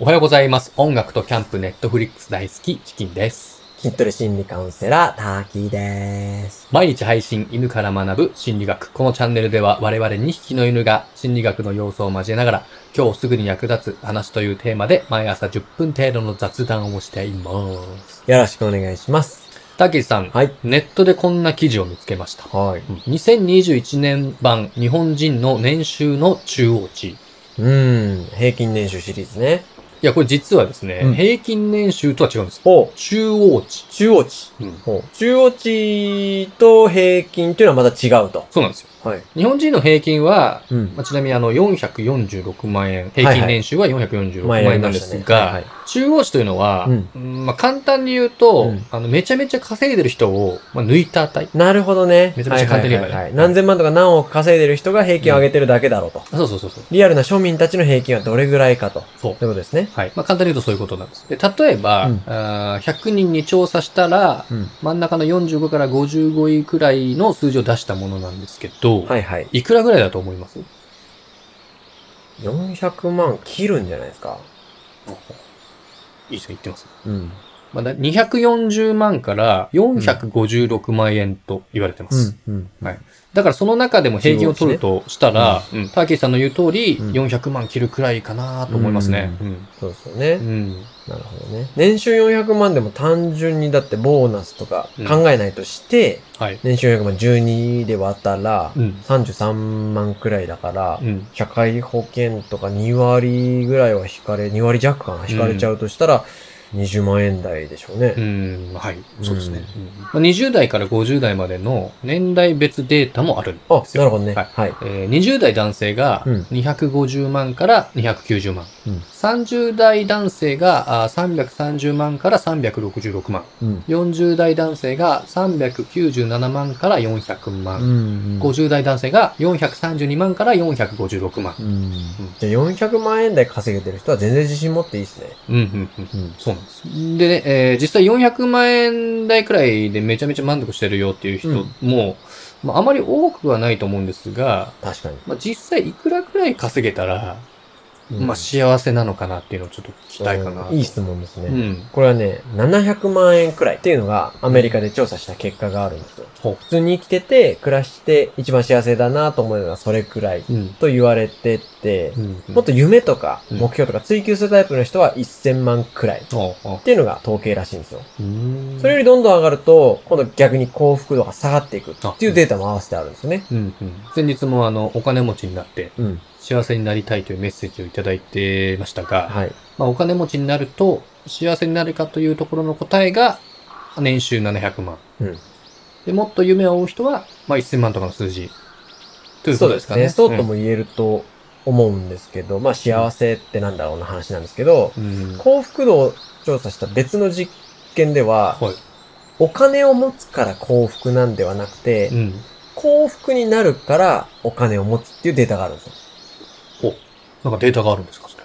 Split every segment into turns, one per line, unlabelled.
おはようございます。音楽とキャンプ、ネットフリックス大好き、チキンです。
筋トレ心理カウンセラー、ターキーでーす。
毎日配信、犬から学ぶ心理学。このチャンネルでは我々2匹の犬が心理学の要素を交えながら、今日すぐに役立つ話というテーマで毎朝10分程度の雑談をしています。
よろしくお願いします。
たけしさん、
はい。
ネットでこんな記事を見つけました。
はい。
2021年版日本人の年収の中央値。いう
ーん。平均年収シリーズね。
や、これ実はですね、
うん
平均年収とは違うんです。
ほう。
中央値。
中央値。ほう。中央値と平均っていうのはまた違うと。
そうなんですよ。
はい。
日本人の平均は、
うん
まあ、ちなみにあの、446万円、平均年収は446万
前やり
円なん
ま
で
した
す
ね。は
が
い、
中央値というのは、
うん
うんまあ、簡単に言うと、
うん
あの、めちゃめちゃ稼いでる人を、まあ、抜いた値。
なるほどね。
めちゃめちゃ簡単に言えばね
はいはいはいはい何千万とか何億稼いでる人が平均を上げてるだけだろうと。
あそうそうそうそう。
リアルな庶民たちの平均はどれぐらいかと。
そう
ということですね。
はい。まあ、簡単に言うとそういうことなんです。で、例えば、
うん
あー100人に調査したら、
うん。
真ん中の45から55位くらいの数字を出したものなんですけど、
はいはい。
いくらぐらいだと思います
400万切るんじゃないですか。
いい線いってます。
うん。
まあ、だ240万から456万円と言われてます。
うん。
だからその中でも平均を取るとしたら、うんターキーさんの言う通り、
うん
400万切るくらいかなと思いますね。うん。
そうですよね。
うん。
なるほどね。年収400万でも単純にだってボーナスとか
うん
考えないとして、
はい。
年収400万12で割ったら
う、ん。
33万くらいだから
う、ん。
社会保険とか2割ぐらいは引かれ、2割弱かな引かれちゃうとしたら、20万円台でしょうね
う。ん。はい。そうですね。
う
うんまあ、20代から50代までの年代別データもあるん
あ
で、す
な
よ。
るほどね。
は
はいい。
えー20代男性が
うん
250万から290万。
うん
30代男性があー330万から366万。
うん。
40代男性が397万から400万。
ん
50代男性が432万から456万
う。ん。じゃあ400万円台稼げてる人は全然自信持っていいですね。
うんうんうん。
うん。
そうなんです。でね、えー実際400万円台くらいでめちゃめちゃ満足してるよっていう人も、まあ、あまり多くはないと思うんですが、
確かに。
まあ、実際いくらくらい稼げたら、
うん
まあ、幸せなのかなっていうのをちょっと聞きたいかな。
うんいい質問ですね。
うん。
これはね、700万円くらいっていうのがアメリカで調査した結果があるんですよ。
ほう
普通に生きてて、暮らして一番幸せだなと思うのはそれくらい
うん。
と言われてて、
うん。
もっと夢とか
うん
目標とか追求するタイプの人は1000万くらいっ
おうおう
ていうのが統計らしいんですよ。
うん。
それよりどんどん上がると、今度逆に幸福度が下がっていくっていうデータも合わせてあるんですよね。
うんうん。先日もあの、お金持ちになって、
うん。
幸せになりたいというメッセージをいただいてましたが、
はい。
まあ、お金持ちになると幸せになるかというところの答えが年収700万。
うん
でもっと夢を追う人は、まあ、1000万とかの数字。というこ
そ
と
うで
です
す
かね。
ね。そうとも言えると思うんですけど、まあ幸せってなんだろうな話なんですけど、
うん。うん
幸福度を調査した別の実験では、
はい。
お金を持つから幸福なんではなくて、
うん。
幸福になるからお金を持つっていうデータがあるんですよ。
なんかデータがあるんですか、それ。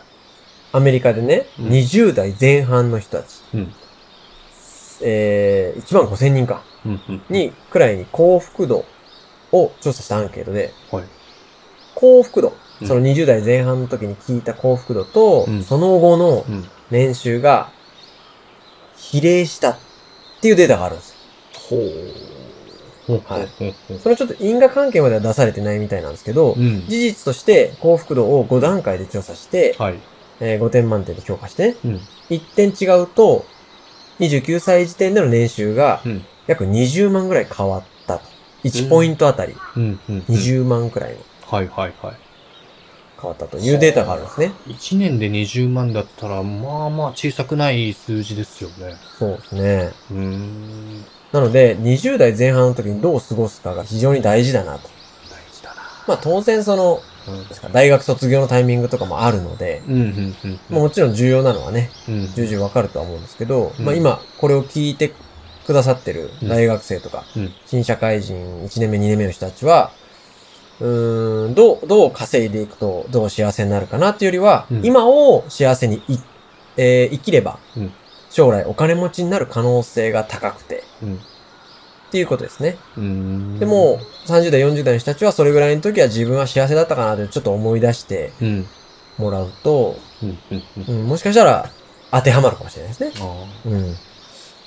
アメリカでね、
うん
20代前半の人たち、
うん
えー、1万5千人か、
うんうん。
に、くらいに幸福度を調査したアンケートで、
はい。
幸福度、
うん
その20代前半の時に聞いた幸福度と、
うん
その後の
うん。
年収が比例したっていうデータがあるんですよ。
ほう。
はい
ほうほうほ
そのちょっと因果関係までは出されてないみたいなんですけど、
う。うん。
事実として幸福度を5段階で調査して、
はい。
えー5点満点で評価してね、
うん。
1点違うと、29歳時点での年収が
うん
約20万ぐらい変わったと。
うん
1ポイントあたり
うん。うん。
20万くらいの
はいはいは
変わったというデータがあるんですね。
い。1年で20万だったら、まあまあ小さくない数字ですよね。
そうですね。
うーん。
なので、20代前半の時にどう過ごすかが非常に大事だなと。
大事だな。
まあ当然その、
うん
大学卒業のタイミングとかもあるので、
うんうんうんうん。
まあもちろん重要なのはね、
うん、
重々わかるとは思うんですけど、
うん
まあ今、これを聞いてくださってる大学生とか、
うん
新社会人1年目、2年目の人たちは、うーん、どう、どう稼いでいくと、どう幸せになるかなっていうよりは、
うん
今を幸せにい、えー生きれば、
うん
将来お金持ちになる可能性が高くて、っていうことですね。
うん。
でも、30代、40代の人たちはそれぐらいの時は自分は幸せだったかなってちょっと思い出して、
うん、
もらうと、
うんうんうん
うん、もしかしたら当てはまるかもしれないですね。
あー
うん。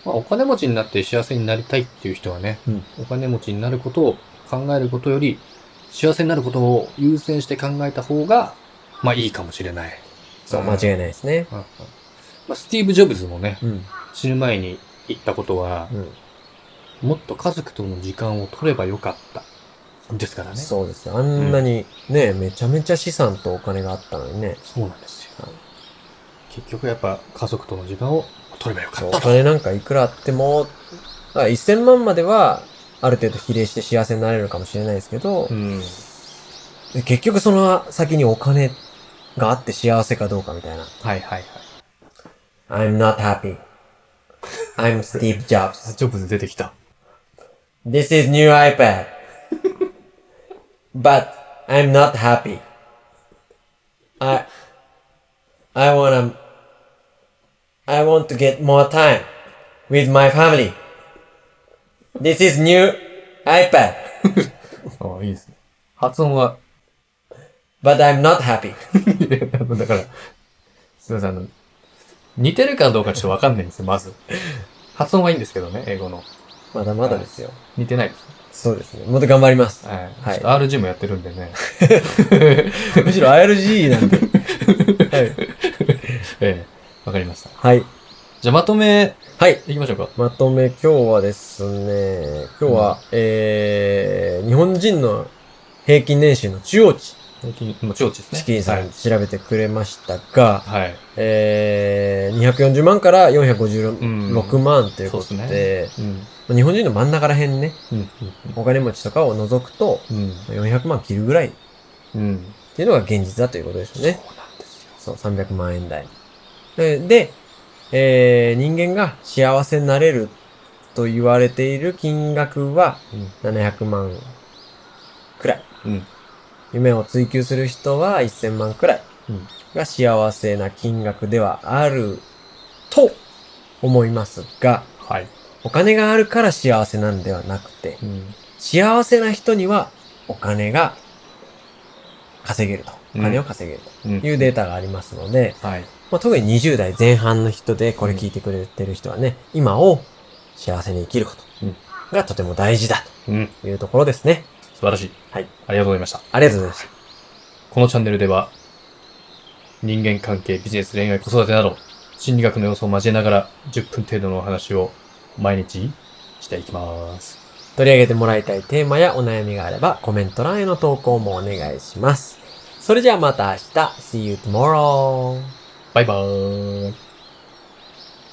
まあ、お金持ちになって幸せになりたいっていう人はね、
うん
お金持ちになることを考えることより、幸せになることを優先して考えた方が、まあいいかもしれない。
そう、
ん
間違いないですね。
うんうんまあ、スティーブ・ジョブズもね、
うん。
死ぬ前に言ったことは、
うん。
もっと家族との時間を取ればよかった。ですからね。
そうですね。あんなに、ね、めちゃめちゃ資産とお金があったのにね。
そうなんですよ
はい。
結局やっぱ家族との時間を取ればよか
お
ったと。
金なんかいくらあっても、だから1000万までは、ある程度比例して幸せになれるかもしれないですけど、
うん。
で結局その先にお金があって幸せかどうかみたいな。
はいはいはい。
I'm not happy. I'm Steve Jobs.
ジョブズ出てきた。
This is new iPad. But I'm not happy. I, I wanna, I want to get more time with my family. This is new iPad.
ああ、いいですね。発音は
But I'm not happy.
いやだから、すみません、あの、似てるかどうかちょっとわかんないんですよ、まず。発音はいいんですけどね、英語の。
まだまだですよ。
似てないです。
そうですね。もっと頑張ります。
はい。
はい
ちょっと RG もやってるんで ね。
むしろ ILG なんで。はい。
ええ、わかりました。
はい。
じゃあまとめ、
はい。
いきましょうか。
まとめ、今日はですね、今日は、えー、日本人の平均年収の中央値、
最近、もう、超知ですね。
チキンさ
は
ん
い。
調べてくれましたが、
はい。
えー、240万から456
うん
万というこ
そ
と
う
で
で、うん。
まあ日本人の真ん中ら辺ね、
うん。
お金持ちとかを除くと、
うん。
まあ400万切るぐらいっ
うん。うん。
ていうのが現実だということですよね。
そうなんですよ。
そう、300万円台。で、でえー、人間が幸せになれると言われている金額は700万くらい。
うん。
夢を追求する人は1000万くらい
うん
が幸せな金額ではあると思いますが、
はい。
お金があるから幸せなんではなくて、
うん。
幸せな人にはお金が稼げると。お金を稼げる
うん
というデータがありますので、
はい。
まあ、特に20代前半の人でこれ聞いてくれてる人はね、今を幸せに生きることがとても大事だ
うん。
というところですね。
素晴らしい。
はい。
ありがとうございました。
ありがとうございました。
このチャンネルでは、人間関係、ビジネス、恋愛、子育てなど、心理学の要素を交えながら、10分程度のお話を毎日していきます。
取り上げてもらいたいテーマやお悩みがあればコメント欄への投稿もお願いします。それじゃあまた明日。See you tomorrow!
バイバーイ。